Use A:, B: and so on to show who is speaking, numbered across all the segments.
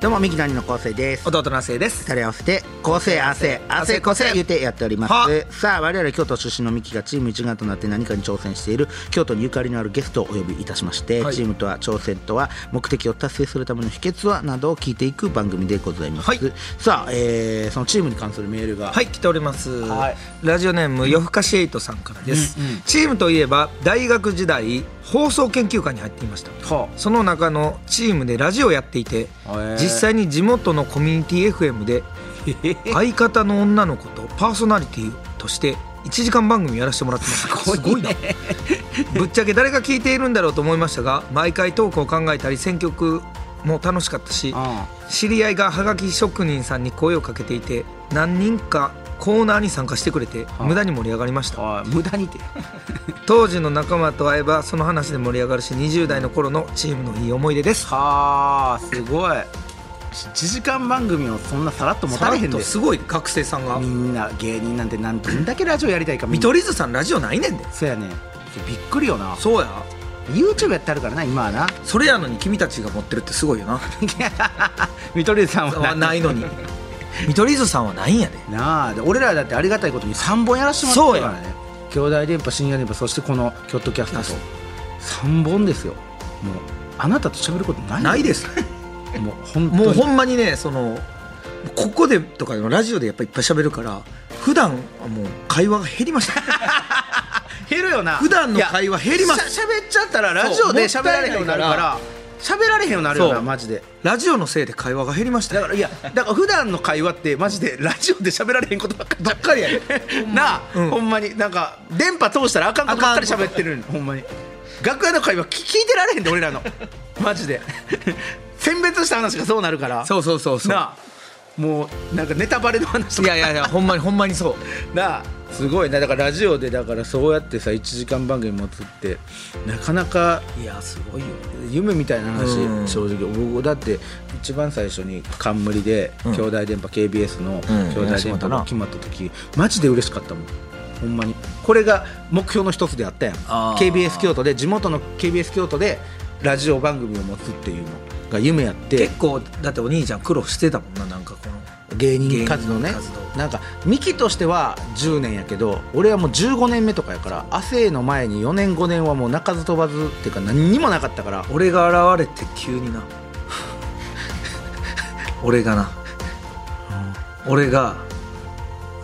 A: どうもミキナニの構成です
B: 弟のせいです
A: 二人合わせて構成汗汗構成言うてやっておりま
B: は
A: すさあ我々京都出身のミキがチーム一丸となって何かに挑戦している京都にゆかりのあるゲストをお呼びいたしまして、
B: はい
A: チームとは挑戦とは目的を達成するための秘訣はなどを聞いていく番組でございます、
B: はい
A: さあ、えーそのチームに関するメールが
B: はい来ております、
A: はい
B: ラジオネーム夜更かしエイトさんからです、チームといえば大学時代放送研究会に入っていました、その中のチームでラジオをやっていて、
A: ー
B: 実際に地元のコミュニティ FM で相方の女の子とパーソナリティとして1時間番組やらせてもらってますすごいなぶっちゃけ誰が聞いているんだろうと思いましたが毎回トークを考えたり選曲も楽しかったし知り合いがはがき職人さんに声をかけていて何人かコーナーに参加してくれて無駄に盛り上がりました
A: 無駄にて
B: 当時の仲間と会えばその話で盛り上がるし20代の頃のチームのいい思い出です
C: はあすごい1時間番組をそんなさらっと持たれへん
B: さらっと
C: です
B: ごい学生さんが
C: みんな芸人なんてなんどんだけラジオやりたいかみ
B: 見
C: んな
B: 取り図さんラジオないねんで
C: そうやねびっくりよな
B: そうや
C: YouTube やってあるからな今はな
B: それやのに君たちが持ってるってすごい よな
C: 見取り図さんは
B: は
C: な
B: ないのに見取り図さんはないんやで
C: なあで俺らだってありがたいことに3本やらせてもらってるからね兄弟電波深夜電波そしてこのキョットキャスターと3本ですよもうあなたと喋ることない
B: ないです
C: もう本当に
B: もうほんまにねそのここでとかでもラジオでやっぱいっぱい喋るから普段はもう会話が減りました
C: 減るよな
B: 普段の会話減ります
C: しゃ喋っちゃったらラジオで
B: そう
C: 喋られへんようになるから喋られへんようになるよ
B: そ
C: な
B: う
C: マジで
B: ラジオのせいで会話が減りました
C: だからいやだから普段の会話ってマジでラジオで喋られへんことばっかりばっかりや なあ、
B: うん
C: ほんまになんか電波通したらあかんことばっかり喋ってるんほんまに楽屋の会話聞聞いてられへんで俺らのマジで選別した話がそうなるから
B: そうそうそうそう
C: なあもうなんかネタバレの話と
B: い
C: か
B: やいやいやほんまに ほんまにそう
C: なあすごいなだからラジオでだからそうやってさ1時間番組持つってなかなか
B: いやすごいよ
C: 夢みたいな話、
B: うん
C: 正直僕だって一番最初に冠で「
B: ん
C: 兄弟電波 KBS」の「
B: うん
C: 兄弟電波」
B: うん
C: が決まった時、マジで嬉しかったもんほんまにこれが目標の一つであったやん
B: あー
C: KBS 京都で地元の KBS 京都でラジオ番組を持つっていうのが夢やって
B: 結構だってお兄ちゃん苦労してたもんななんかこの
C: 芸人活動ね
B: 芸人活動
C: なんかミキとしては10年やけど俺はもう15年目とかやから汗の前に4年5年はもう鳴かず飛ばずっていうか何にもなかったから
B: 俺が現れて急にな 俺がな、俺が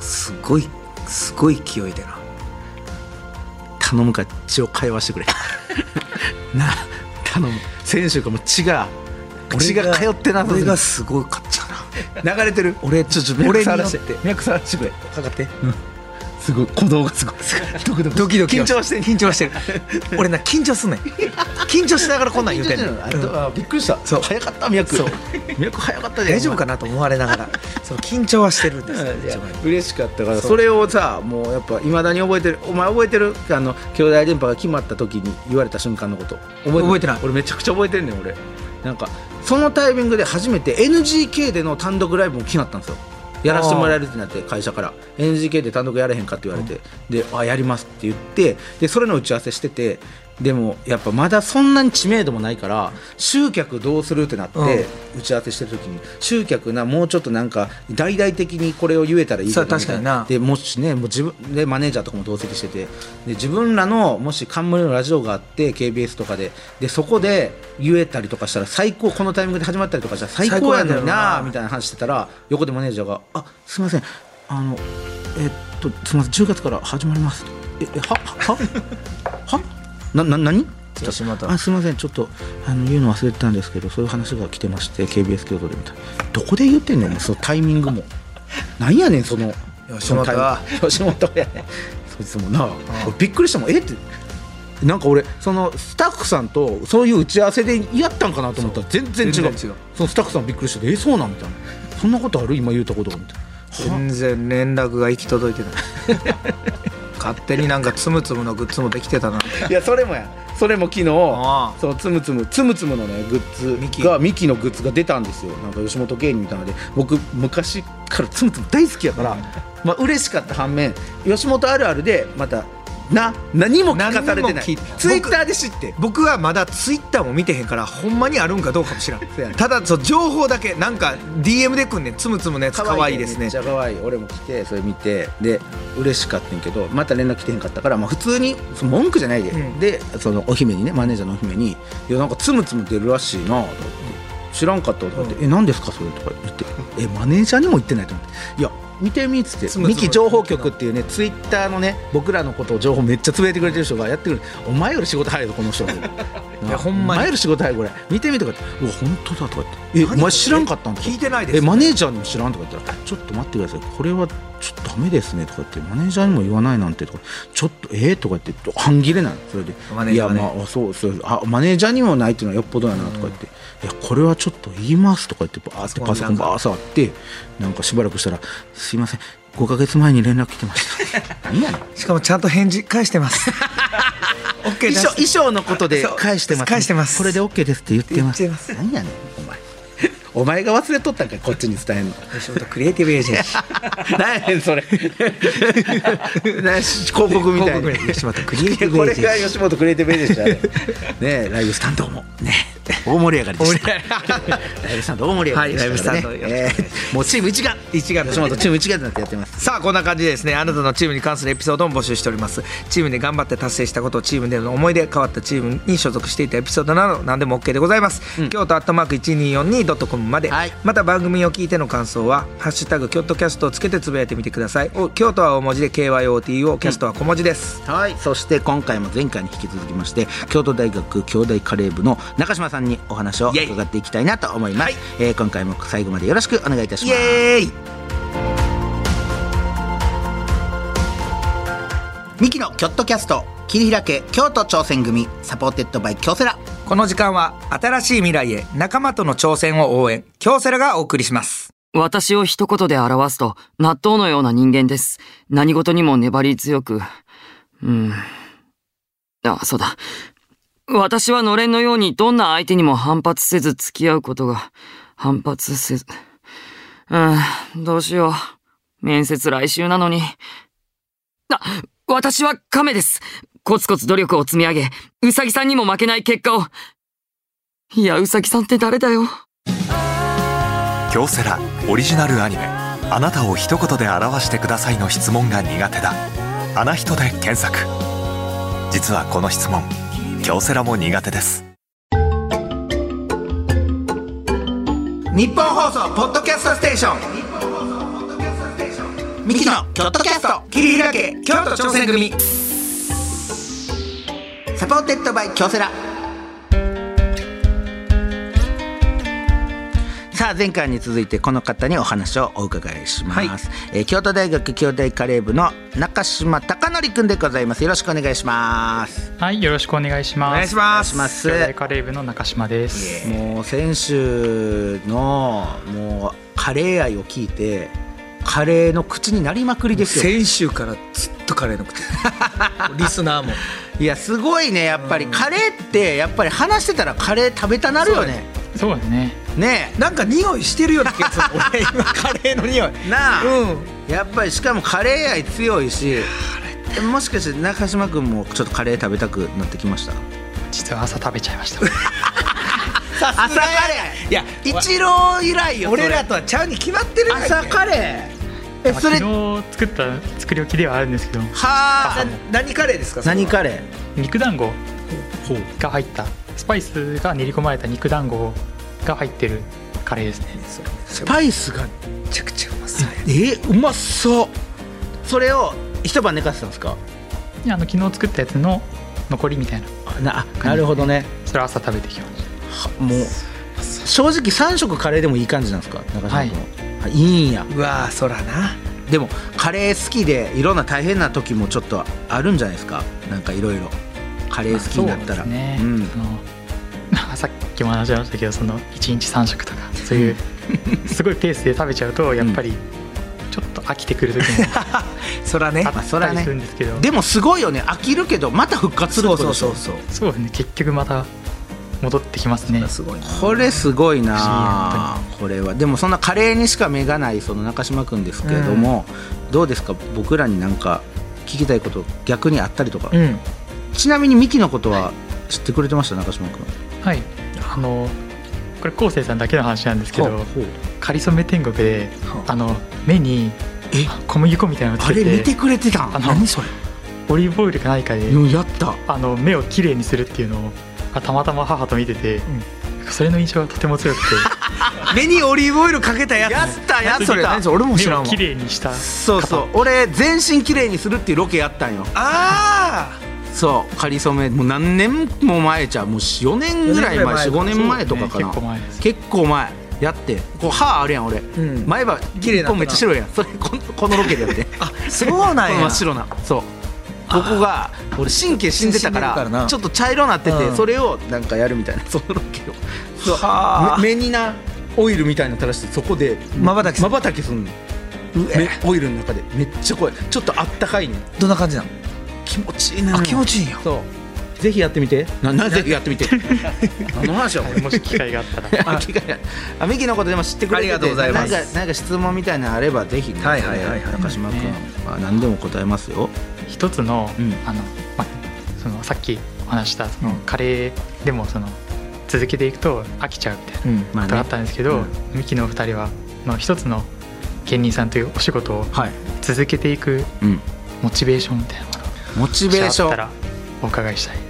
B: すごいすごい勢いでな
C: 頼むから血を会話 してくれなあ頼む選手がもう血が血が通ってなさ
B: 俺
C: す
B: がすごかったな
C: 流れてる
B: 俺ちょっと
C: 俺
B: 俺
C: に
B: によ
C: よ
B: っ
C: ってて脈触らしてくれかかって
B: すごい鼓動がすごいドキドキドキ
C: 緊張してる
B: 緊張してる俺な緊張すんねん緊張しながらこんなん言うて んの
C: あとあびっくりした
B: そう
C: 早かった脈
B: そう
C: 脈早かったじゃん
B: 大丈夫かなと思われながら そう緊張はしてるんですよ一番
C: 嬉しかったから
B: そう
C: それをさもうやっぱいまだに覚えてるお前覚えてるあの兄弟電波が決まった時に言われた瞬間のこと覚
B: 覚えてない
C: 俺めちゃくちゃ覚えてんねん俺なんかそのタイミングで初めて NGK での単独ライブも決まったんですよやらせてもらえるってなって会社から NGK で単独やれへんかって言われて、であやりますって言ってでそれの打ち合わせしててでもやっぱまだそんなに知名度もないから集客どうするってなって、打ち合わせしてる時に集客なもうちょっとなんか大々的にこれを言えたらいいけど
B: そう確かにな
C: みたいでもしねもう自分でマネージャーとかも同席しててで自分らのもし冠のラジオがあって KBS とかででそこで言えたりとかしたら最高このタイミングで始まったりとかしたら最高やの
B: 最高や
C: に
B: んだよ
C: な
B: な
C: みたいな話してたら横でマネージャーが「あすいませんあのえっとすいません10月から始まります」ええははははなな何って言ったら
B: 島田
C: あすいませんちょっとあの言うの忘れてたんですけどそういう話が来てまして KBS 京都でみたいなどこで言ってんのお前そのタイミングも なんやねんその
B: 吉本は
C: そのタイミング吉本やねんそいつもな俺びっくりしたもんえってなんか俺そのスタッフさんとそういう打ち合わせでやったんかなと思ったら全然違う
B: 全然違う
C: そのスタッフさんびっくりしててえそうなんみたいなそんなことある今言うたことがみたいな
B: 全然連絡が行き届いてない勝手になんかつむつむのグッズもできてたな
C: いやそれもやそれも昨日
B: あ
C: そうつむつむつむつむのねグ
B: ミ
C: ッ
B: キ
C: ズがミキのグッズが出たんですよなんか吉本芸人みたいなので僕昔からつむつむ大好きやから、まあ嬉しかった反面吉本あるあるでまたな何も聞かされて
B: 何も
C: ない
B: 聞いて
C: ツイッターで知って
B: 僕はまだツイッターも見てへんからほんまにあるんかどうかも知らん
C: そうやね
B: ただそう情報だけなんか DM でくんねんつむつむのやつかわいいです
C: め
B: ね
C: っちゃ可愛い俺も来てそれ見てで嬉しかったんやけどまた連絡来てへんかったから、まあ、普通にその文句じゃないで、
B: うん
C: でそのお姫にねマネージャーのお姫に「いやなんかつむつむ出るらしいな」と思って知らんかったとかって「
B: う
C: え何ですかそれ」とか言って「えマネージャーにも言ってない」と思って「いや見てみ」っつって
B: つむつむ
C: ミキ情報局っていうねツイッターのね僕らのことを情報めっちゃつぶやいてくれてる人がやってくるお前より仕事早いぞこの 人い
B: やほんま
C: お
B: に
C: 前より仕事早いこれ見てみ」とか言って「うわ本当だ」とか言って「えお前知らんかったん?」とか言って
B: 聞いてないです
C: えマネージャーにも知らんとか言ったら「ちょっと待ってくださいこれはちょっとダメですね」とか言って「マネージャーにも言わないなんて」とか「ちょっとえー?」とか言って半切れなのそれで
B: マネ
C: い
B: ージャ
C: や
B: ーね
C: まあそうそうあマネージャーにもないっていうのはよっぽどやな」とか言って「いやこれはちょっと言います」とか言ってバーってパソコンバーッ触ってなんかしばらくしたら「すいません5ヶ月前に連絡来てました」 何やねん
B: しかもちゃんと返事返してます OK
C: 衣
B: で
C: 装
B: す
C: 衣装のことで
B: そう
C: 返してます、
B: 返してます
C: これで OK ですって言ってます
B: 言ってます
C: 何やねんお前お前が忘れとったんかいこっちに伝えんの
B: 吉本クリエイティブエー ジェンシー
C: 何やねんそれ何し広告みたいな
B: 広告みたい吉本クリエイティブ
C: こ
B: エ
C: れ
B: ージェン
C: が
B: シー
C: 吉本クリエイティブエージェンシー だねねえライブスタンドもね大盛り上がりでしたライブスタンド大盛り上がりでしたからね、
B: はいライブスタンド
C: えーもうチーム一丸
B: 一丸
C: 吉本チーム一丸になってやってます
B: さあこんな感じでですねあなたのチームに関するエピソードも募集しておりますチームで頑張って達成したことチームでの思い出変わったチームに所属していたエピソードなど何でも OK でございます、京都アットマーク 1242.com まで、
C: はい
B: また番組を聞いての感想は「ハッシュタグ京都キャスト」をつけてつぶやいてみてください京都は大文字で KYOTU をキャストは小文字です、
C: はいそして今回も前回に引き続きまして京都大学京大カレー部の中島さんにお話を
B: イエイ
C: 伺っていきたいなと思います、えー今回も最後までよろしくお願いいたし
B: イ
C: ます
B: エーイ
C: ミキのキョットキャスト切り開け京都挑戦組サポーテッドバイ京セラ
B: この時間は新しい未来へ仲間との挑戦を応援京セラがお送りします
D: 私を一言で表すと、納豆のような人間です。何事にも粘り強く。うん。あ、そうだ。私はのれんのようにどんな相手にも反発せず付き合うことが、反発せず。うん、どうしよう。面接来週なのに。あ、私は亀です。コツコツ努力を積み上げ、うさぎさんにも負けない結果を。いや、うさぎさんって誰だよ。
E: 京セラオリジナルアニメ「あなたを一言で表してください」の質問が苦手だ「あな人」で検索実はこの質問京セラも苦手です
B: 日本放送ポッドキャストステーションミキのキョットキャスト切り開け京都挑戦組
C: サポーテッドバイ京セラさあ前回に続いてこの方にお話をお伺いします、
B: はい
C: えー京都大学京大カレー部の中島貴則くんでございますよろしくお願いします
F: はい、よろしくお願いします。
B: お願いします
F: お願いし兄弟カレー部の中島です。
C: もう先週のもうカレー愛を聞いてカレーの口になりまくりですよ
B: 先週からずっとカレ ーの口リスナーも
C: いやすごいねやっぱりカレーってやっぱり話してたらカレー食べたなるよね
F: そうだね。
C: ね
B: なんか匂いしてるような気がする 俺今カレーの匂い
C: えなあ、
B: うん
C: やっぱりしかもカレー愛強いしもしかして中島君もちょっとカレー食べたくなってきました
F: 実は朝食べちゃい ました。
C: 朝カレー
B: いや
C: イチロー以来よそれ
B: 俺らとはちゃうに決まってるやんけ
C: 朝カレーえ
F: まあ
C: そ
F: 昨
C: れ
F: 日
C: は
F: 作った作り置きではあるんですけど、
C: あ
B: 何カレーですかそれは
C: 何カレー
F: 肉団子が入ったスパイスが練り込まれた肉団子が入ってるカレーですね。
C: スパイスが
B: めちゃくちゃうまそうや
C: えーうまそうそれを一晩寝かせたんですか
F: であの昨日作ったやつの残りみたいな、
C: あなあなるほどね
F: それを朝食べてきまし
C: はもう正直3食カレーでもいい感じなんですか中島君は、い、いいんや
B: うわーそらな
C: でもカレー好きでいろんな大変な時もちょっとあるんじゃないですかなんかいろいろカレー
F: た。
C: 好きになったら、
F: そうですね。
C: うん
F: その さっきも話しましたけど、その一日三食とかそ ういうすごいペースで食べちゃうとやっぱりちょっと飽きてくる時も
B: そらね
F: あったりするんですけど、
A: でもすごいよね飽きるけどまた復活する
B: そ
A: こ
B: う
A: と
B: そう
A: でしょ
B: そうそう
F: そうですね結局また戻ってきますね
B: すごいな
A: これすごいなこれはでもそんなカレーにしか目がないその中島君ですけれども、どうですか僕らになんか聞きたいこと逆にあったりとか、
B: うん
A: ちなみにミキのことは知ってくれてました中島君
F: はいあのこれ昴生さんだけの話なんですけど「かりそめ天国で」あの目に小麦粉みたいなのをつ
A: あ
F: け
A: れ見
F: て
A: てくれてた
F: あの
B: それ
F: オリーブオイルか何かで
A: うんやった
F: あの目をきれいにするっていうのをあたまたま母と見てて、それの印象がとても強くて
B: 目にオリーブオイルかけたやつ
A: やったやった
B: それ何それ俺も知
F: 目
B: らん
F: を
B: わ
F: きれいにした
A: そうそう俺全身きれいにするっていうロケやったんよ
B: あ
A: そうかりそめもう何年も前じゃんもう4年ぐらい前45年前とかかな
F: 結構前です
A: 結構前やってこう歯あるやん俺、
B: ん
A: 前歯
B: 綺麗なった
A: 一
B: な
A: 本めっちゃ白いやんそれこのこのロケでやって あ
B: あそうなん
A: 真
B: や
A: っ白なそうここが俺神経死んでたから
B: 死んでるからな
A: ちょっと茶色なってて、
B: うん
A: それをなんかやるみたいなそのロケをそう
B: はあ
A: め目になオイルみたいなの垂らしてそこで
B: 瞬きする
A: 瞬きすんのめオイルの中でめっちゃ怖いちょっとあったかいねん
B: どんな感じなの
A: 気持ちいいね
B: あ気持ちいいんや
A: そうぜひやってみてななぜやって みて何の話やこれ
F: もし機会があったら
A: あ機会あミキのことでも知ってくれてて
B: ありがとうございます
A: なんかなんか質問みたいなのあればぜひね
B: はいはいはいはい
A: 中島君
F: ね
A: は何でも答えますよ
F: 一つの,、
A: うん
F: あのま、そのさっきお話したそのカレーでもその続けていくと飽きちゃうみたいな
B: うん
A: ま
F: ことがあったんですけど、ミキのお二人はの一つの芸人さんというお仕事を
A: はい
F: 続けていく
A: うん
F: モチベーションみたいなもの
A: モチベーシ
F: もしあった
A: ョン
F: らお伺いしたいで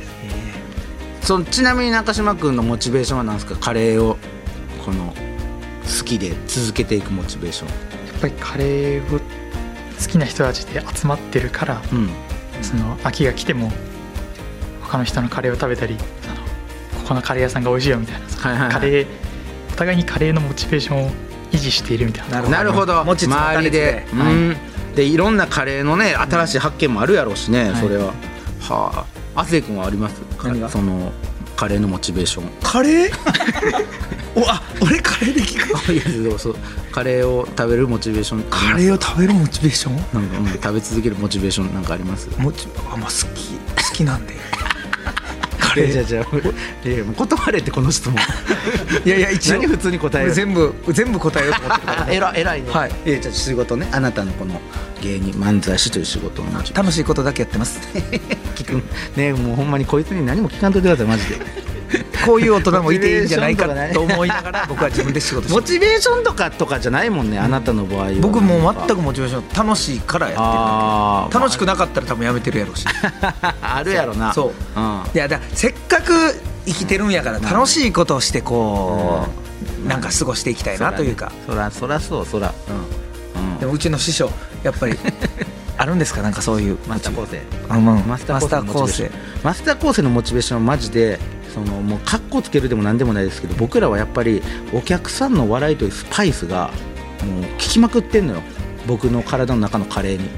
F: す
A: そのちなみに中島君のモチベーションは何ですかカレーをこの好きで続けていくモチベーショ
F: やっぱりカレーを好きな人たちで集まってるから
A: ンうん
F: その秋が来ても他の人のカレーを食べたりそのここのカレー屋さんが美味しいよみたいなその
A: はいはいはい
F: カレーお互いにカレーのモチベーションを維持しているみたいな
A: なるほど
B: 持ちつ持た
A: 周
B: れ
A: り
B: つで
A: で、うんでいろんなカレーのね新しい発見もあるやろうしね、
F: はい
A: それははあ亜生君はありますか
B: 何が
A: そのカレーのモチベ ーション
B: カレー おあ俺カレーで聞く
A: いやでもそうカレーを食べるモチベーション
B: カレーを食べるモチベーション
A: なんか、うん食べ続けるモチベーションなんかあります
B: モチあまあ好き好きなんでカ
A: い
B: レ
A: やじゃ
B: ー
A: あじゃあいやいやもう断れってこの 質問
B: いやいや一応
A: 何普通に答える
B: 全部全部答えようと思ってるから
A: あえら偉いね
B: はい
A: いやじゃあ仕事ねあなたのこの芸人漫才師という仕事の モチベーション
B: 楽しいことだけやって ます
A: 聞くんねもうほんまにこいつに何も聞かんといてくださいマジで
B: こういう大人もいていいんじゃないかと思いな がら僕は自分で仕事して
A: モ
B: る
A: チベーションとかとかじゃないもんね、あなたの場合は
B: 僕もう全
A: く
B: くモチベーション楽しいからや
A: あ
B: って
A: ー
B: る楽しくなかったら多分やめてるやろうし
A: あるやろな
B: そう
A: うん
B: いやだからせっかく生きてるんやから楽しいことをしてこうなんか過ごしていきたいなというか
A: そらそらそうそらうん、うん、
B: でもうちの師匠やっぱり あるんですかなんかそういう
A: マスター構成
B: あうんマ
A: マ
B: ス
A: ス
B: タ
A: タ
B: ー
A: ー
B: 構
A: 構
B: 成
A: 成マスター構成のモチベーションはマジでそのもうカッコつけるでも何でもないですけど僕らはやっぱりお客さんの笑いというスパイスがもう効きまくってんのよ僕の体の中のカレーに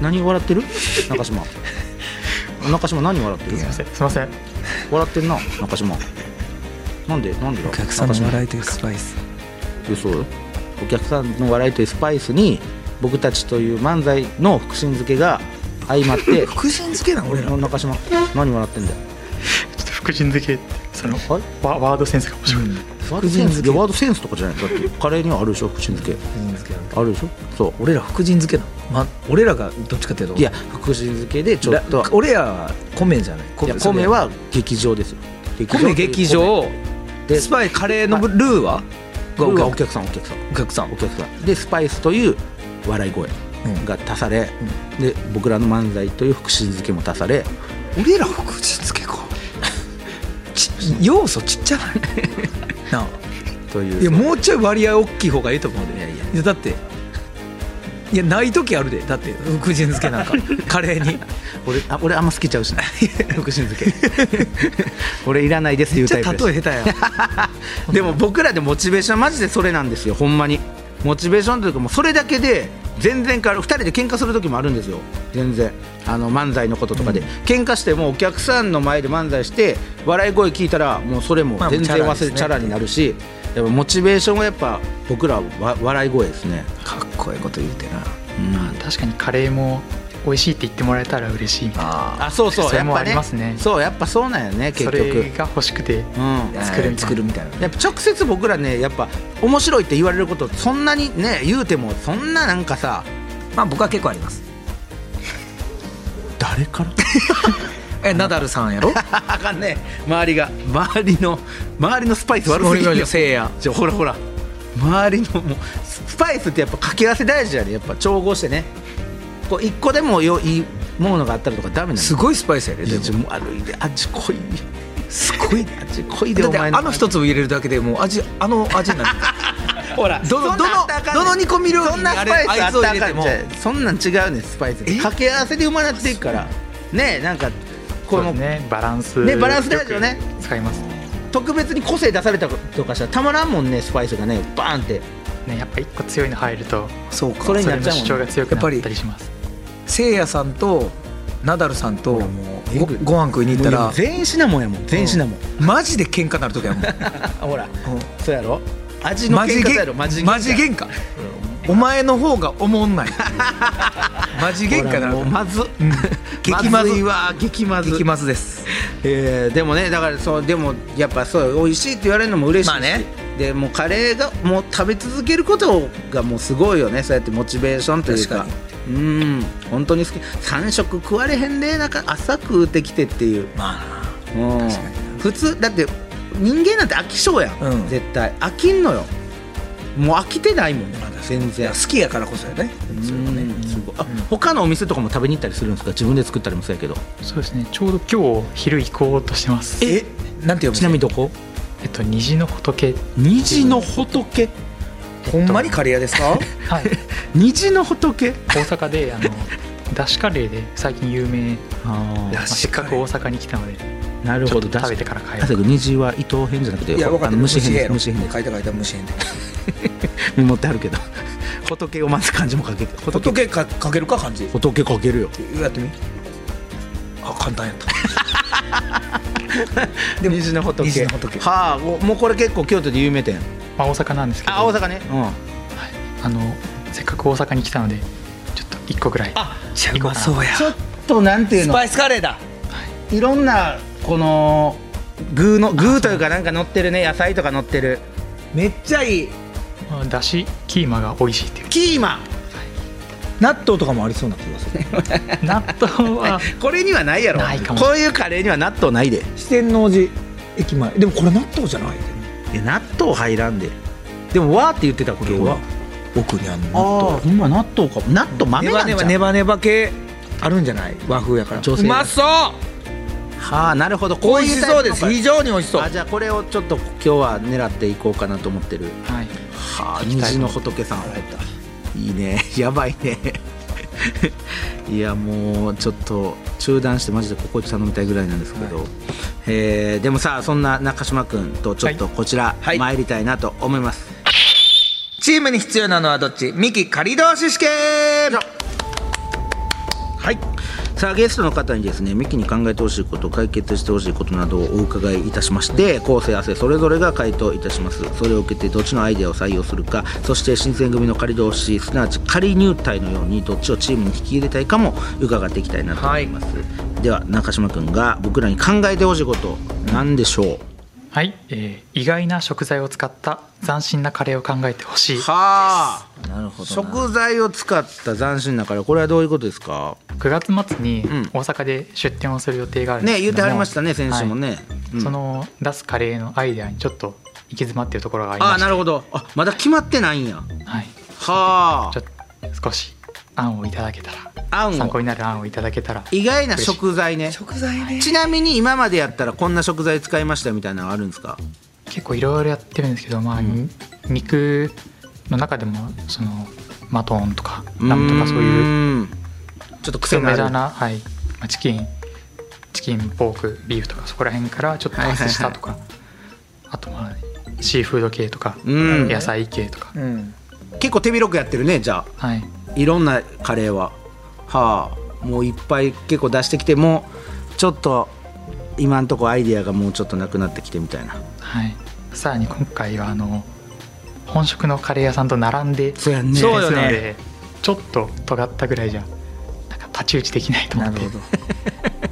A: 何笑ってる中島中島何笑ってる
F: すいません
A: 笑ってんな中島なんでなんでだ
B: お客さんの
A: 中島
B: 笑いというスパイス
A: いやそうよお客さんの笑いというスパイスに僕たちという漫才の福神漬けが相まって
B: 福神漬けなの俺
A: 俺
B: ら
A: の中島何笑ってんだよ
F: ちょっと福神漬けってその
A: はい
F: ワワードセンスが面白い、
A: ワードセンスいやワードセンスとかじゃないだってカレーにはあるでしょ福神漬けあるでしょそ
B: 俺ら福神漬けなのま俺らがどっちかっていうと
A: ういや福神漬けでちょっと
B: ら俺らは米じゃない
A: いや米は劇場ですよ
B: 米劇場
A: で
B: スパイカレーのルーはが
A: がお
B: お客
A: 客さんお客さん
B: お客さん
A: お客さんでスパイスという笑い声が足され、で僕らの漫才という福神漬けも足され
B: 俺ら福神漬けかち要素ちっち ゃないなあ
A: という
B: いやもうちょい割合大きい方がいいと思うでいやいやだっていやない時あるでだって福神漬け なんかカレーに
A: 俺あ俺あんま好きちゃう しな福神漬け 俺いらないですっていう
B: じゃ
A: タ
B: あ
A: イプ
B: 例
A: です
B: え下手や
A: でも僕らでモチベーションマジでそれなんですよほんまにモチベーションというかもうそれだけで全然変わる2人で喧嘩する時もあるんですよ全然あの漫才のこととかで、喧嘩してもお客さんの前で漫才して笑い声聞いたらもうそれも
B: まあ
A: 全然忘
B: チャラ
A: れ、
B: ですね
A: チャラになるしやっぱモチベーションはやっぱ僕らはわ笑い声ですね
B: かっこいいこと言うてな
F: まあ、確かにカレーも美味しいって言ってもらえたら嬉しいみたいな
A: あそうそう
F: それ
A: やっ
F: も
A: ぱ
F: あり
A: ね
F: ますね
A: そうやっぱそうなんよね結
F: そ
A: 局
F: れが欲しくて
A: うん
F: 作るみたいな
B: 作るみたいな
A: やっぱ直接僕らねやっぱ面白いって言われることそんなにね言うてもそんななんかさ
B: まあ僕は結構あります
A: 誰から
B: えナダルさんやろ
A: あかんね周りが周りの周りのスパイ ス悪すぎ
B: 森
A: るよ
B: のせいや
A: ちょほらほら周りのもうスパイスってやっぱ掛け合わせ大事やねやっぱ調合してねこう一個でもよいいものがあったらとかダメなの
B: すごいスパイスやで
A: い
B: で
A: や
B: も
A: ちょもう悪いであっち来い
B: すごい
A: あっち来いで
B: だ
A: お
B: ってあ
A: 前の
B: の一粒入れるだけでもう味あの味になる
A: ほら
B: どの
A: そんなんあったらあかんねん
B: どのどの煮込み料理に
A: そんなス
B: あれ
A: パイスあったらあか
B: あいつを入れて
A: ん
B: も
A: じゃあそんなん違うねんスパイスって
B: え
A: 掛け合わせで生まれていくからねえなんかこ
F: そう
A: の
F: ですねバランス
A: ねバランス大事よね
F: く使います
A: 特別に個性出されたとかしたらたまらんもんねスパイスがねバーンって
F: ねやっぱ一個強いの入ると
B: そうか
A: それに
F: そ
A: な
F: れ
A: っ
F: の
A: ちゃう
F: 主張
A: もん
F: が
A: ね
F: 強くな
B: や
F: っ
B: っぱ
F: た
B: り
F: りします
B: せいやさんとナダルさんと
A: え
B: ご
A: ぐい
B: ご飯食いに行った
A: も
B: ら
A: う全員シナモンやもん全員シナモン
B: マジで喧嘩なる時やもん
A: あほら
B: うん
A: そうやろ味の
B: マジ
A: 喧嘩や
B: げ
A: ろ
B: マジ喧嘩お前の方がおもん ないっていうマジ喧嘩な
A: ほらもう
B: る
A: まず
B: うん 激まず
A: いわ激まず
B: 激まずです
A: えーでもねだからそうでもやっぱそう美味しいって言われるのも嬉しいし、
B: まあね
A: でもうカレーがもう食べ続けることがもうすごいよねそうやってモチベーションというか
B: 確か
A: うん本当に好き3食食われへんでなんか朝食うてきてっていう、
B: ま
A: うん、普通だって人間なんて飽き性やん、
B: うん
A: 絶対飽きんのよもう飽きてないもんね全
B: い
A: 然
B: や好きやからこそやねそれはね
A: うんすごいあ他のお店とかも食べに行ったりするんですか自分で作ったりもそうやけど
F: そうですねちょうど今日昼行こうとしてます
B: えなんて呼ぶ
A: ちなみにどこ
F: えっと虹の仏
A: 虹の仏
B: ほんまにカレー屋です か
F: はい
A: 虹の仏
F: 大阪であのだしカレーで最近有名
A: あ
F: まあせっかく大阪に来たので
A: あなる
F: ちょ
A: ほ
F: っ
A: ど
F: と
A: 確
F: 食
A: か
F: べ
A: に
F: てから帰る
A: あそうやけど虹は伊藤編じゃなくて
B: いや分か
A: あ
B: ってる
A: の虫編
B: や
A: です
B: ろ
A: 虫
B: 書
A: 編
B: い
A: で
B: た書いた虫編で
A: す持ってあるけど 仏をまず漢字も書けて仏
B: 仏かかけるか漢字
A: 仏書けるよ
B: やってみあ簡単やった
A: で虹の仏
B: 虹の仏
A: はあおもうこれ結構京都で有名店
F: まあ大阪なんですけど
A: あ大阪ねうん
F: あのせっかく大阪に来たのでちょっと一個ぐらいあ
B: じゃあうまそうや
A: ちょっとなんていう
B: ス
A: の
B: パイスカレーだ
A: いろんなこの具の具というかなんか乗ってるね野菜とか乗ってる
B: めっちゃいい
F: だしキーマが美味しいっていう
A: キーマ
B: 納豆とかもありそうな気が する
F: 納豆は
A: ンこれにはないやろ
F: ないかも
A: こういうカレーには納豆ないで
B: 四天王寺駅前でもこれ納豆じゃないよね
A: いや納豆入らんででもわーって言ってた今日は
B: 奥にある
A: ああほんま納豆かも納豆豆
B: ネ
A: な
B: バ
A: ん
B: ネ
A: ちゃ
B: バ
A: う
B: ネバネバ系あるんじゃない和風やから
A: 女
B: う
A: 性
B: まそう
A: はあなるほど
B: 美
A: こう
B: 味
A: い
B: し
A: うタイ
B: そ
A: プの
B: うです
A: か
B: 非常に美味しそう
A: あじゃあこれをちょっと今日は狙っていこうかなと思ってる
F: はい
A: はあ虹の仏さんいいね やばいねいやもうちょっと中断してマジでここで頼みたいぐらいなんですけど、えーでもさそんな中島君とちょっとこちら、
B: はい
A: 参りたいなと思います、
B: チームに必要なのはどっちミキ仮同士試験
A: はい、さあゲストの方にですねミキに考えてほしいこと解決してほしいことなどをお伺いいたしまして構成汗それぞれが回答いたしますそれを受けてどっちのアイデアを採用するかそして新選組の仮同士すなわち仮入隊のようにどっちをチームに引き入れたいかも伺っていきたいなと思います、では中島君が僕らに考えてほしいこと何でしょう
F: はい、えー意外な食材を使った斬新なカレーを考えてほしい
A: はあ
B: なるほ
A: 食材を使った斬新なカレーこれはどういうことですか
F: 9月末に
A: ん
F: 大阪で出店をする予定があるんです
A: ね
F: けど
A: 言
F: も
A: ってはりましたね先週もね、うん
F: その出すカレーのアイデアにちょっと行き詰まっているところがあり
A: あ
F: ま
A: あ
F: して
A: なるほどあまだ決まってないんや
F: はい、
A: は
F: ちょっと少し案をいただけたら
A: ああん
F: 参考
A: を
F: になる案をいただけたら
A: 意外な食材ね
B: 食材ね
A: ちなみに今までやったらこんな食材使いましたみたいなのはあるんですか
F: 結構いろいろやってるんですけど、まあに肉の中でもそのマトンとかラムとかそういう
A: うちょっと癖
F: メ
A: の
F: ジャ
A: あ
F: ー
A: る
F: な、はいまあ、チキンチキンポークビーフとかそこら辺からちょっと
A: はいはいはい
F: 外したとか、あとまあシーフード系とか、
A: うん
F: 野菜系とか、
B: うん
A: 結構手広くやってるねじゃあ
F: はい
A: いろんなカレーははあもういっぱい結構出してきてもちょっと今んとこアイディアがもうちょっとなくなってきてみたいな
F: はいさらに今回はあの本職のカレー屋さんと並んで
A: そうやんね
F: 出店するの
A: そうよ
F: でちょっと尖ったぐらいじゃなんか太刀打ちできないと思
B: な
F: っ
B: る
F: て
B: ほど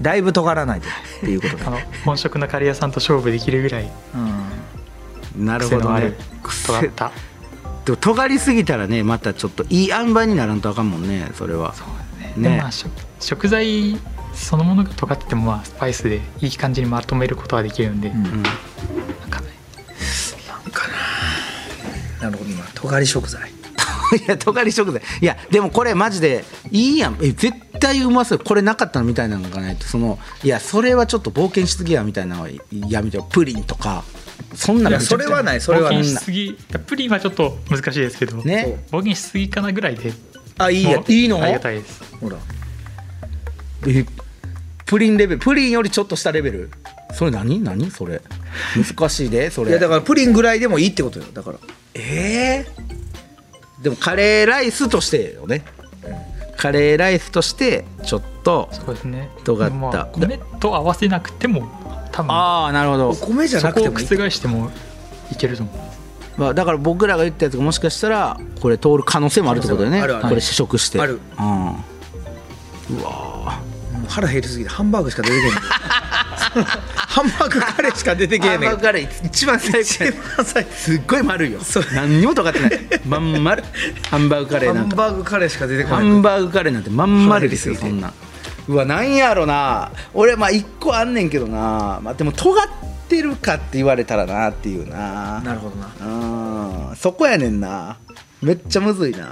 B: だいぶ尖らないでっていうことだ
F: あの本職のカレー屋さんと勝負できるぐらい
B: うん
A: なる
F: 癖
A: ほ
F: の
A: ど
F: あ
A: ね
F: る尖った
A: でも尖りすぎたらねまたちょっといい塩梅にならんとあかんもんねそれは
F: そう
A: ね
F: ねでまあ食食材そのものが尖っててもまあスパイスでいい感じにまとめることはできるんで、
B: ん
F: なんかね
B: なるほどな尖り食材
A: いや尖り食材いやでもこれマジでいいやんえ絶対うまそうこれなかったのみたいなのがないとそのいやそれはちょっと冒険しすぎやみたいなのはやめてよプリンとかそんないの
B: やそれはないそれは
F: 冒
B: ない
F: 険しすぎプリンはちょっと難しいですけど、
A: ね
F: 冒険しすぎかなぐらいで
B: あい
F: い
B: いやいいの
F: ありがたいです
B: ほら
A: えプリンレベルプリンよりちょっとしたレベルそれ何何それ難しいでそ
B: いや
A: れ
B: だからプリンぐらいでもいいってことよだから
A: えーでもカレーライスとしてよねカレーライスとしてちょっと
F: そうですね
A: 尖った
F: まあ米と合わせなくても多分
A: ああなるほ
B: お
A: ど
B: 米じゃ
F: そ
B: な
F: こ
B: くて
F: を
B: も
F: 覆
B: いい
F: してもいけると思う
A: まあ、だから僕らが言ったやつがもしかしたらこれ通る可能性もあるってことだよね
B: 可能性もあるある
A: これ試食して
B: ある
A: うん、
B: もう腹減りすぎてハンバーグしか出てけえへんハンバーグカレーしか出てけえへんねんけど
A: レー一番最
B: 一番最初
A: すっごい丸いよ何にも尖ってないまん丸ハンバーグカレー
B: ハ
A: なん
B: ン
A: か
B: バーグカレーしか出てこ
A: ハ
B: ない
A: ンバーグカレーなんてまん丸ですよそんなうわなんやろな俺まあ一個あんねんけどな、まあ、でも尖ってるかって言われたらなっていうな
B: なるほどな
A: うんそこやねんなめっちゃむずいない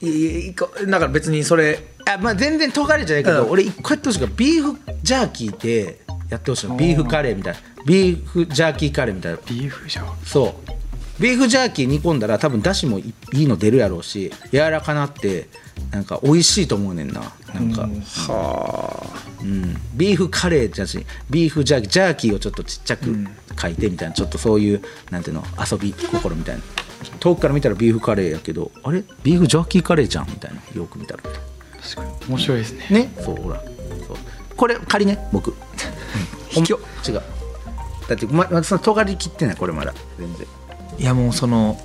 B: いいいいかだから別にそれ
A: あまあ全然尖りじゃないけど、
B: うん
A: 俺一個やってほしいからビーフジャーキーでやってほしいのビーフカレーみたいなビーフジャーキーカレーみたいな
F: ビーフじゃん
A: そうビーフジャーキー煮込んだら多分だしもいいいの出るやろうし柔らかなってなんか美味しいと思うねんななんか、うん、ビーフカレーじゃしビーフジャーキージャーキーをちょっとちっちゃく書いてみたいな、ちょっとそういうなんていうの遊び心みたいな遠くから見たらビーフカレーやけどあれビーフジャーキーカレーじゃんみたいなよく見たら
F: 確かに面白いですね
A: ねそうほらそうこれ仮ね僕
B: 卑怯
A: 違うだってままだその尖り切ってないこれまだ全然
B: いやもうその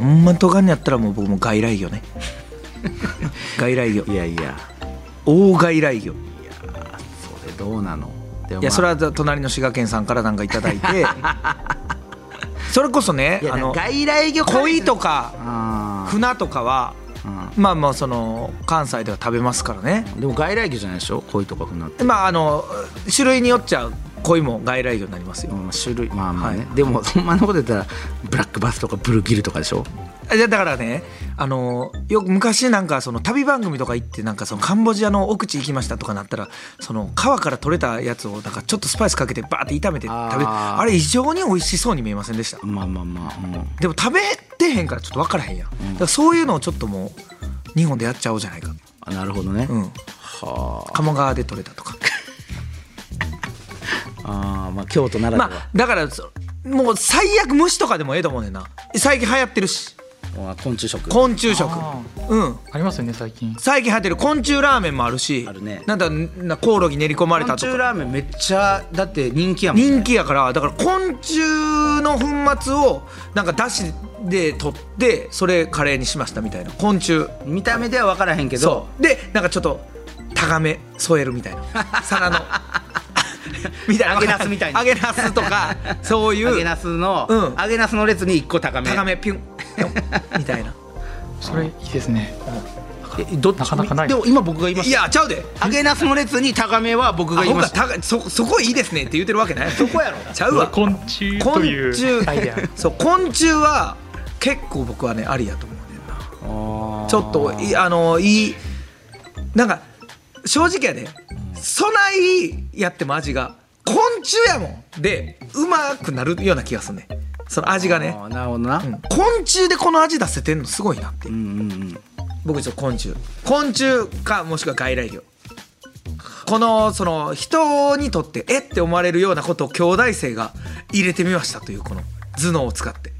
B: ほんまとがんやったらもう僕も外来魚 ね外来魚
A: いやいや
B: 大外来魚
A: それどうなのでも
B: いや
A: まあ
B: それは隣の滋賀県さんからなんかいただい てそれこそね
A: いや
B: あの
A: 外来魚カレー
B: 鯉とか
A: あ
B: 船とかは
A: ー
B: まあまあその関西では食べますからね
A: うんでも外来魚じゃないでしょ鯉とか船って、
B: まああの種類によっちゃ鯉も外来魚になりますよ、
A: まあ、種類まあまあね、
B: は
A: でもそんなこと言ったらブラックバスとかブルーギルとかでしょ
B: いやだからねあのよく昔なんかその旅番組とか行ってなんかそのカンボジアの奥地行きましたとかなったらその川から取れたやつをなんかちょっとスパイスかけてバーって炒めて食べ
A: あ
B: る
A: ー
B: あれ異常に美味しそうに見えませんでした
A: まあまあまあ、うん
B: でも食べてへんからちょっと分からへんやん、だからそういうのをちょっともう日本でやっちゃおうじゃないか
A: あなるほどね、
B: うん
A: は
B: 鴨川で取れたとか
A: ああーまあ京都ならでは、
B: まあだからそもう最悪虫とかでもええと思うねんな最近流行ってるし
A: まあ、昆虫食
B: 昆虫食
F: あ
B: うん
F: ありますよね最近
B: 最近流行ってる昆虫ラーメンもあるし
A: あるね
B: なんだなコオロギ練り込まれた
A: 昆
B: と
A: 虫
B: か
A: ラーメンめっちゃだって人気やもんね
B: 人気やからだから昆虫の粉末をなんかだしで取ってそれカレーにしましたみたいな昆虫
A: 見た目では分からへんけど
B: そうでなんかちょっとタガメ添えるみたいな皿のみたいな
A: 揚げ ナスみたいな
B: 揚げナスとかそういう
A: 揚げなすの、
B: うん
A: 揚げなすの列に一個高め
B: タガメピュンピョンみたいな
F: それいいですね
A: えどっち
F: なかなかない
A: でも今 僕が言いま
B: い
A: した
B: やちゃうで
A: 揚げなすの列に高めは僕が
B: あ
A: 言い
B: 僕
A: ま
B: は
A: し
B: タ
A: た
B: ガそそこいいですねって言ってるわけないそこやろちゃうわ
F: 昆虫というアイデア
B: そう昆虫は結構僕はねありやと思うねんなちょっといあのいいなんか正直やで、そないやっても味が昆虫やもんでうまくなるような気がすんねんその味がね
A: あーなるほどな、
B: うん昆虫でこの味出せてんのすごいなっていう、僕ちょっと昆虫昆虫かもしくは外来魚このその人にとってえって思われるようなことを兄弟生が入れてみましたというこの頭脳を使って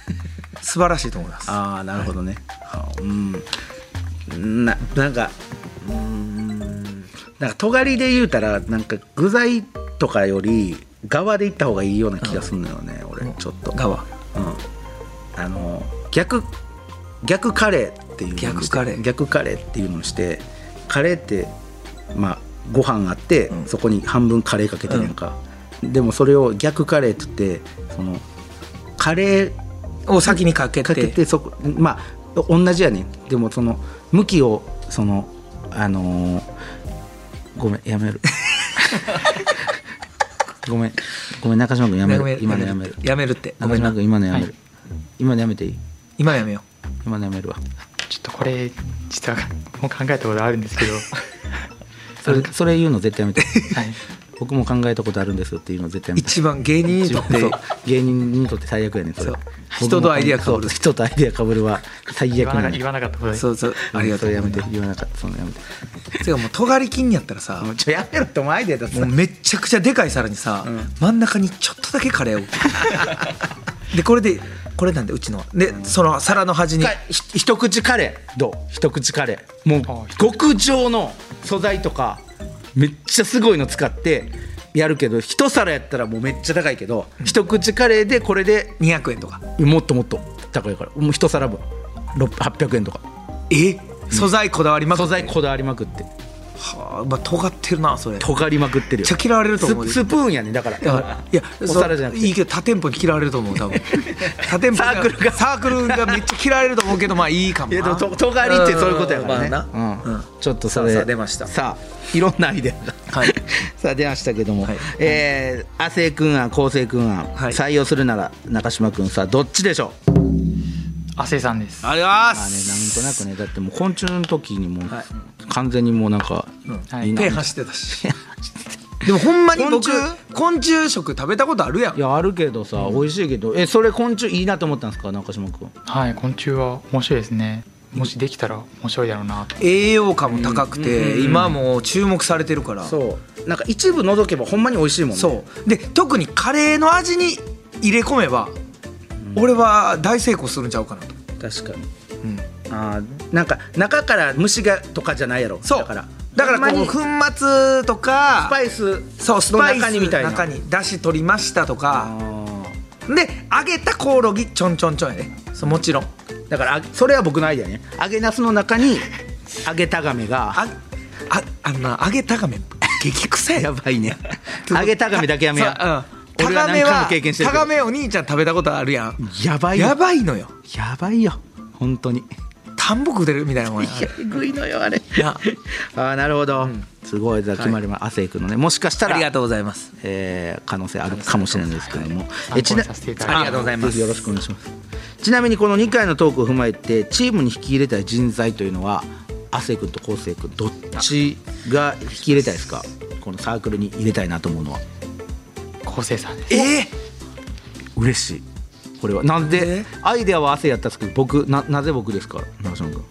B: 素晴らしいと思います
A: ああなるほどね、はあうんななんかうーんなんか尖りで言うたらなんか具材とかより側でいった方がいいような気がするのよね、俺ちょっと
B: 側
A: うんあの逆逆カレー
C: っていうのにして
B: 逆カレー
C: 逆カレーっていうのにしてカレーってまあご飯あって、
B: うん
C: そこに半分カレーかけてるやんか、でもそれを逆カレーって言ってそのカレー
B: を先にかけて
C: かけてそこまあ同じやねんでもその向きをそのあのーごめんやめ るごめんごめん中島君やめ
B: やめ
C: る
B: る
C: 今のやめる
B: やめるってご
C: 中
B: めんな
C: 島君今のやめる、
F: はい
C: 今のやめていい
B: 今やめよう
C: 今のやめるわ
F: ちょっとこれ実はもう考えたことあるんです けど、
C: それそれ言うの絶対やめ て
F: はい、
C: 僕も考えたことあるんですよっていうの絶対やめて
B: 一番芸人にとって
C: そう芸人にとって最悪やねんそれ
B: そう
C: 僕も
B: 人とアイデア被る
C: そう人とアイデアかぶるは最
F: 言
C: 悪
F: わな
C: な
F: か
C: ん
F: 言わなかったことです
B: そうそうありがと
C: そうれやめて言わなかったそのやめて
B: てかもう尖り金やったらさ
C: もうちょやめろってお前アイデアだ
B: もうめっちゃくちゃでかい皿にさ、真ん中にちょっとだけカレーを でこれでこれなんでうちのはでその皿の端に
A: かひ一口カレーどう一口カレーも
F: は
A: う
F: い
A: 極上の素材とかめっちゃすごいの使ってやるけど一皿やったらもうめっちゃ高いけど一口カレーでこれで
B: 200円とか
A: もっともっと高いからもう一皿分6 800円とか
B: え素材こだわりまく
A: 素
B: って
A: 材こだわりまくって
B: はあまあ尖ってるなそれ
A: 尖りまくってる
B: めっ
A: よ
B: ちゃ嫌われると思う
A: ススプーンやねだから
B: いやいや
A: お
B: そう
A: 皿じゃなくて
B: いいけど他店舗に嫌われると思う 多分他店舗に
A: サークルが
B: サークルがめっちゃ嫌われると思うけどまあいいかも
A: い
B: な
A: やでもと尖りってそういうことやからね、
B: うんまあな
A: うん
B: うん
A: ちょっとそれ
B: さあさあ出ました
A: さあいろんなアイデアが、
B: はい
A: さあ出ましたけども、
B: はい
A: えー、亜生君案昴生君案、
B: はい
A: 採用するなら中島君さあどっちでしょう
F: 亜生さんです
B: ありがとう
A: ま
B: ご
A: あね
B: ざい
A: なんとなくねだってもう昆虫の時にもう、
B: はい
A: 完全にもうなんか、
F: はい
A: いい
B: ます
A: な
B: 手走ってたし でもほんまに僕
A: 昆
B: 昆虫食食べたことあるやん
A: いやあるけどさ、美味しいけどえそれ昆虫いいなと思ったんですか中島君
F: はい昆虫は面白いですねもしできたら面白いだろうなと
B: 栄養価も高くて、今もう注目されてるからそう
A: そうなんか一部除けばほんまに美味しいもんね
B: で特にカレーの味に入れ込めば、俺は大成功するんちゃうかなと
A: 確かに、あーなんか中から虫がとかじゃないやろ
B: そう
A: だから
B: だから
A: ほんま
B: こう
A: に
B: 粉末とか
A: スパイス
B: そうスパイス
A: の中にみたいな
B: 中にだし取りましたとか
A: あ
B: で揚げたコオロギちょんちょんちょんやねそうもちろん
A: ーだからあそれは僕のアイデアね揚げナスの中に 揚げタガメが
B: あああのな揚げたがめ激臭い
A: やばいね 揚げタガメだけやめ
B: そううん
A: や、
B: タ
A: 俺は
B: ガメ
A: 何回
B: は
A: も経験してる
B: タ
A: け
B: ガ
A: ど
B: メお兄ちゃん食べたことあるやん
A: やばいよ
B: やばいのよ
A: やばいよ本当に
B: 田んぼ食うてるみたいなもんや
A: いやえぐいのよあれ
B: いや
A: あーなるほど、すごいじゃあ決まります亜生君のねもしかした
B: あ
A: ら
B: りがとうございます
A: えー可能性あるかもしれないですけども、えち
F: 参考
A: な
F: にさせていただきます
A: ありがとうございます。ぜひよろしくお願いします。ちなみにこの2回のトークを踏まえてチームに引き入れたい人材というのは、亜生君と昴生君どっちが引き入れたいですか。このサークルに入れたいなと思うのは
F: 昴生さんです
B: ええ
A: 嬉しい。これはなんで、
B: え
A: アイデアは亜生やったんですけど僕ななぜ僕ですか中島君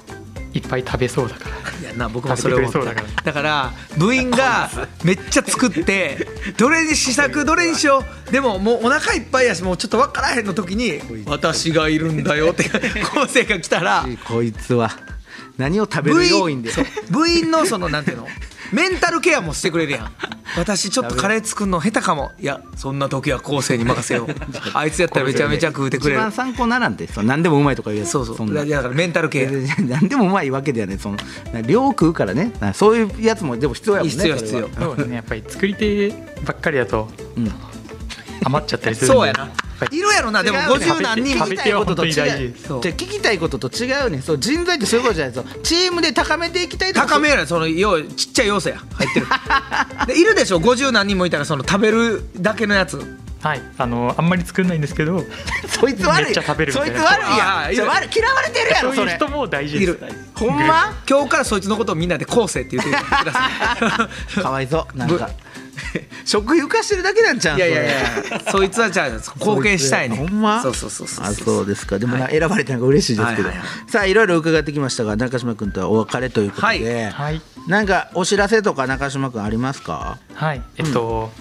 F: いっぱい食べそうだ から
B: いやな僕もそれ思っ
F: 食べて
B: た
F: くれそうだか
B: だから部員がめっちゃ作ってどれに試作どれにしようでももうお腹いっぱいやしもうちょっと分からへんの時に私がいるんだよ って昴生が来たら
A: こいつは何を食べ
B: 部
A: る
B: 員
A: 要因で
B: そう部員のそのなんていうのメンタルケアもしてくれるやん私ちょっとカレー作るの下手かもいやそんな時は昴生に任せ ようあいつやったらめちゃめちゃ食うてく
A: 一
B: れる
A: 番参考にならんでそう何でもうまいとか言うやつ
B: そうそ
A: ん
B: う
A: な
B: だからメンタルケア
A: いやいや 何でもうまいわけではねその量食うからねなそういうやつもでも必要やもんね
B: 必要
A: それ
B: 必
A: は
B: 要
F: そうですねやっぱり作り手ばっかりだと、余っちゃったりするんで
B: そうやないいるやろなでも
A: 違うね
B: 50何人も
F: 食べては本当に大事です
A: じゃあ聞きたいことと違うねそう人材ってそういうことじゃないですよチームで高めていきたいとか
B: 高めやなその要ちっちゃい要素や入 ってるでいるでしょ50何人もいたらその食べるだけのやつ
F: はいあのあんまり作んないんですけど
A: そいつ悪い
F: めっちゃ食べるみ
A: そ
F: た
A: い
F: い
A: つ
F: な
A: 悪い
B: あ
A: や
B: ー
A: んじゃあ悪い嫌われてるや
F: そ
A: ろ
F: う
A: そ
F: いう
A: れ
F: 人も大事
B: い
F: です
B: るほんま今日からそいつのことをみんなで昴生って言ってくださ
A: かわいそうなんか食費浮かしてるだけなんちゃう
B: い
A: ん
B: いやいやい
A: それ
B: やそいつはじゃあ貢献したいね
A: ほんま
B: そうそうそうそう
A: あそうですかでもな、選ばれたのが嬉しいですけど、
B: はいはいは
A: さあいろいろ伺ってきましたが中島君とはお別れということで、
B: はい
F: はい
A: なんかお知らせとか中島君ありますか
F: はい、えっと、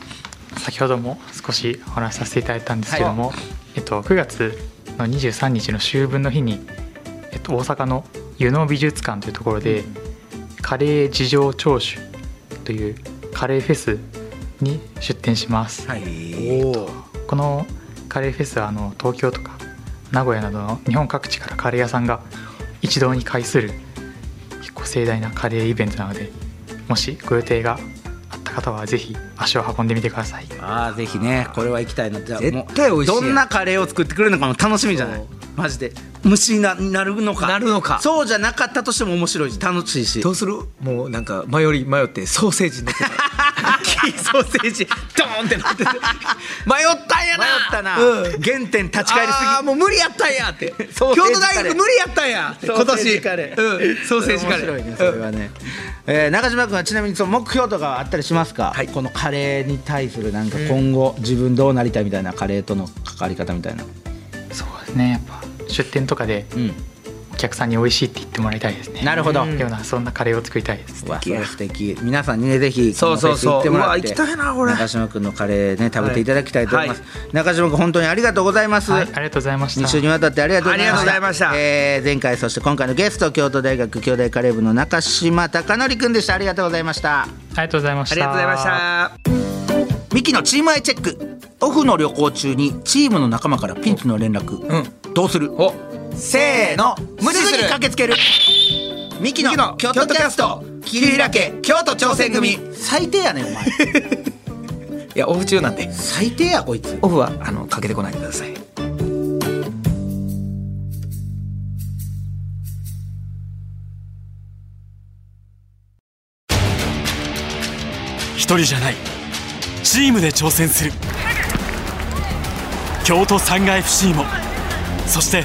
F: 先ほども少しお話しさせていただいたんですけども、えっと、9月の23日の秋分の日に、えっと、大阪の湯野美術館というところで、カレー事情聴取というカレーフェスに出展します、
B: はい
F: このカレーフェスはあの東京とか名古屋などの日本各地からカレー屋さんが一堂に会する結構盛大なカレーイベントなのでもしご予定があった方はぜひ足を運んでみてください
C: ああぜひねこれは行きたいなじゃあもう
B: 絶対美味しい
C: ど
B: や
C: んなカレーを作ってくれるのかも楽しみじゃないマジで虫にななるのか
B: なるのか
C: そうじゃなかったとしても面白いし楽しいし
B: どうするもうなんか迷い迷ってソーセージ乗ってたキー ソーセージドーンって なってて迷ったんやな
C: 迷ったな、
B: うん、
C: 原点立ち返りすぎ
B: あーもう無理やったんやって
C: ソーセージカレー
B: 京都大学無理やったんやって今
C: ソーセー
B: 年
C: ジカレ
B: うん、ソーセージカレー
C: 面白いねそれはね、えー中島君はちなみにその目標とかはあったりしますか、このカレーに対するなんか今後自分どうなりたいみたいなカレーとの関わり方みたいな、
F: そうですねやっぱ出店とかで
C: うん、
F: お客さんに美味しいって言ってもらいたいですね
C: なるほど
F: うんようなそんなカレーを作りたいです
C: うわそれ素敵皆さんにねぜひ
B: そうそう
C: このフェス行っ
B: そう
C: てもらって
B: うわ行きたいなこれ
C: 中島君のカレーね食べていただきたいと思います、中島君本当にありがとうございます、
F: はい、ありがとうございました
C: 2週にわたってありがとうございました
B: ありがとうございました
C: えー前回そして今回のゲスト京都大学兄弟カレー部の中島貴則君でしたありがとうございました
F: ありがとうございました
B: ありがとうございました
C: ミキのチームアイチェックオフの旅行中にチームの仲間からピンチの連絡、
B: う
C: どうする
B: お
C: せーの
B: 無視する
C: すぐに駆けつけるミキ
B: ミキ
C: の
B: の
C: 京都キャスト桐平家
B: 京都挑戦組
C: 最低やねんお前
B: いやオフ中なんで
C: 最低やこいつ
B: オフはあのかけてこないでください
E: 一人じゃないチームで挑戦する京都サンガ FC もそして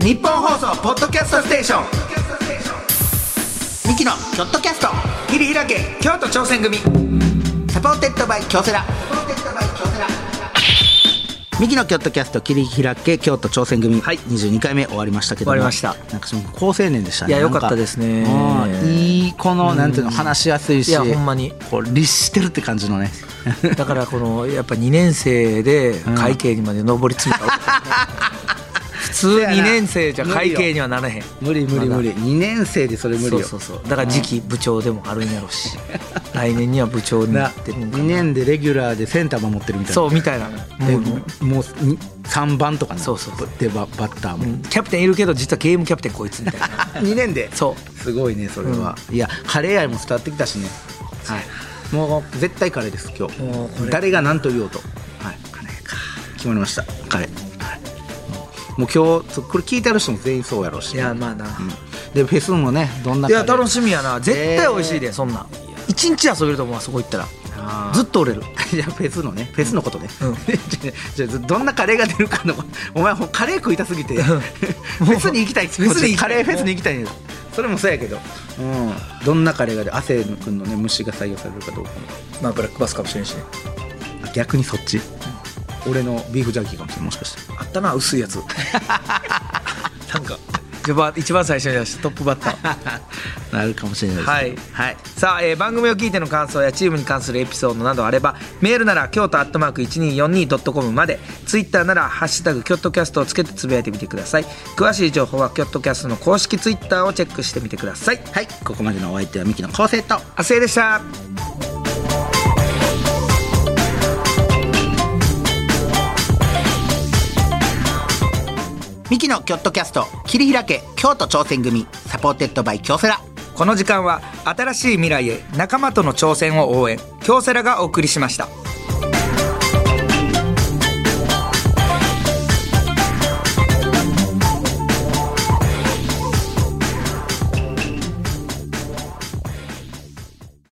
C: 日本放送ポッドキャストステーションミキのキョットキャスト桐平家
B: 京都挑戦組
C: サポーテッドバイ京セラミキの京都キャスト切り開け京都挑戦組、はい、22回目終わりましたけども
B: 終わりました
C: なんかその高青年でしたね
B: いや
C: なん
B: よかったですね
C: うんいいこのなんていうの話しやすいし
B: いやほんまに
C: こう律してるって感じのね
B: だからこのやっぱ2年生で会計にまで上り詰めた 男だね、普通
C: やな
B: 2年生じゃ会計にはならへん
C: 無理無理無理2年生でそれ無理よ
B: そうそうそうだから次期部長でもあるんやろうし来年には部長にな
C: な
B: ってるんか
C: 2年でレギュラーでセンター守ってるみたいな
B: そうみたいな
C: で
B: もう
C: もうもうに3番とかね
B: そうそうそう
C: でババッターも、
B: うんキャプテンいるけど実はゲームキャプテンこいつみたいな
C: 2年で
B: そう
C: すごいねそれは、いやカレー愛も伝わってきたしね、はい、もう絶対カレーです今
B: もうこ
C: 日
B: れ
C: 誰が何と言おうと、はい、カレーか決まりましたカレー、はい、もう今日そうこれ聞いてある人も全員そうやろうし
B: い
C: ね、
B: やまあな
C: うんでフェスもねどんないカレ
B: や
C: ー
B: 楽しみやな絶対美味しいで、そんなん一日遊べると思うわそこ行ったら
C: あー
B: ずっと折れ る
C: いやフェスのねフェスのことね、
B: うん
C: じゃあじゃあどんなカレーが出るかの お前ほんカレー食いたすぎて フェスに行きたいフェ
B: ェスに行きたい
C: カレーフェスに行きたいねそれもそうやけど、うん、どんなカレーが出る亜生君のね虫が採用されるかどうかも
B: まあブラックバスかもしれんしね
C: あ逆にそっち、俺のビーフジャーキーかもしれないもしかして
B: あったな薄 いやつなんか一番一番最初に出したトップバッター
C: なるかもしれないです、
B: はい
C: はい、
B: さあ、えー番組を聞いての感想やチームに関するエピソードなどあればメールなら京都アットマーク 1242.com までツイッターなら「ハッシュタグキョットキャスト」をつけてつぶやいてみてください詳しい情報はキョットキャストの公式ツイッターをチェックしてみてください
C: はい、ここまでのお相手はミキの構成と
B: 亜生でした
C: ミキのキョットキャスト切り開け京都挑戦組サポーテッドバイ京セラ
B: この時間は新しい未来へ仲間との挑戦を応援京セラがお送りしました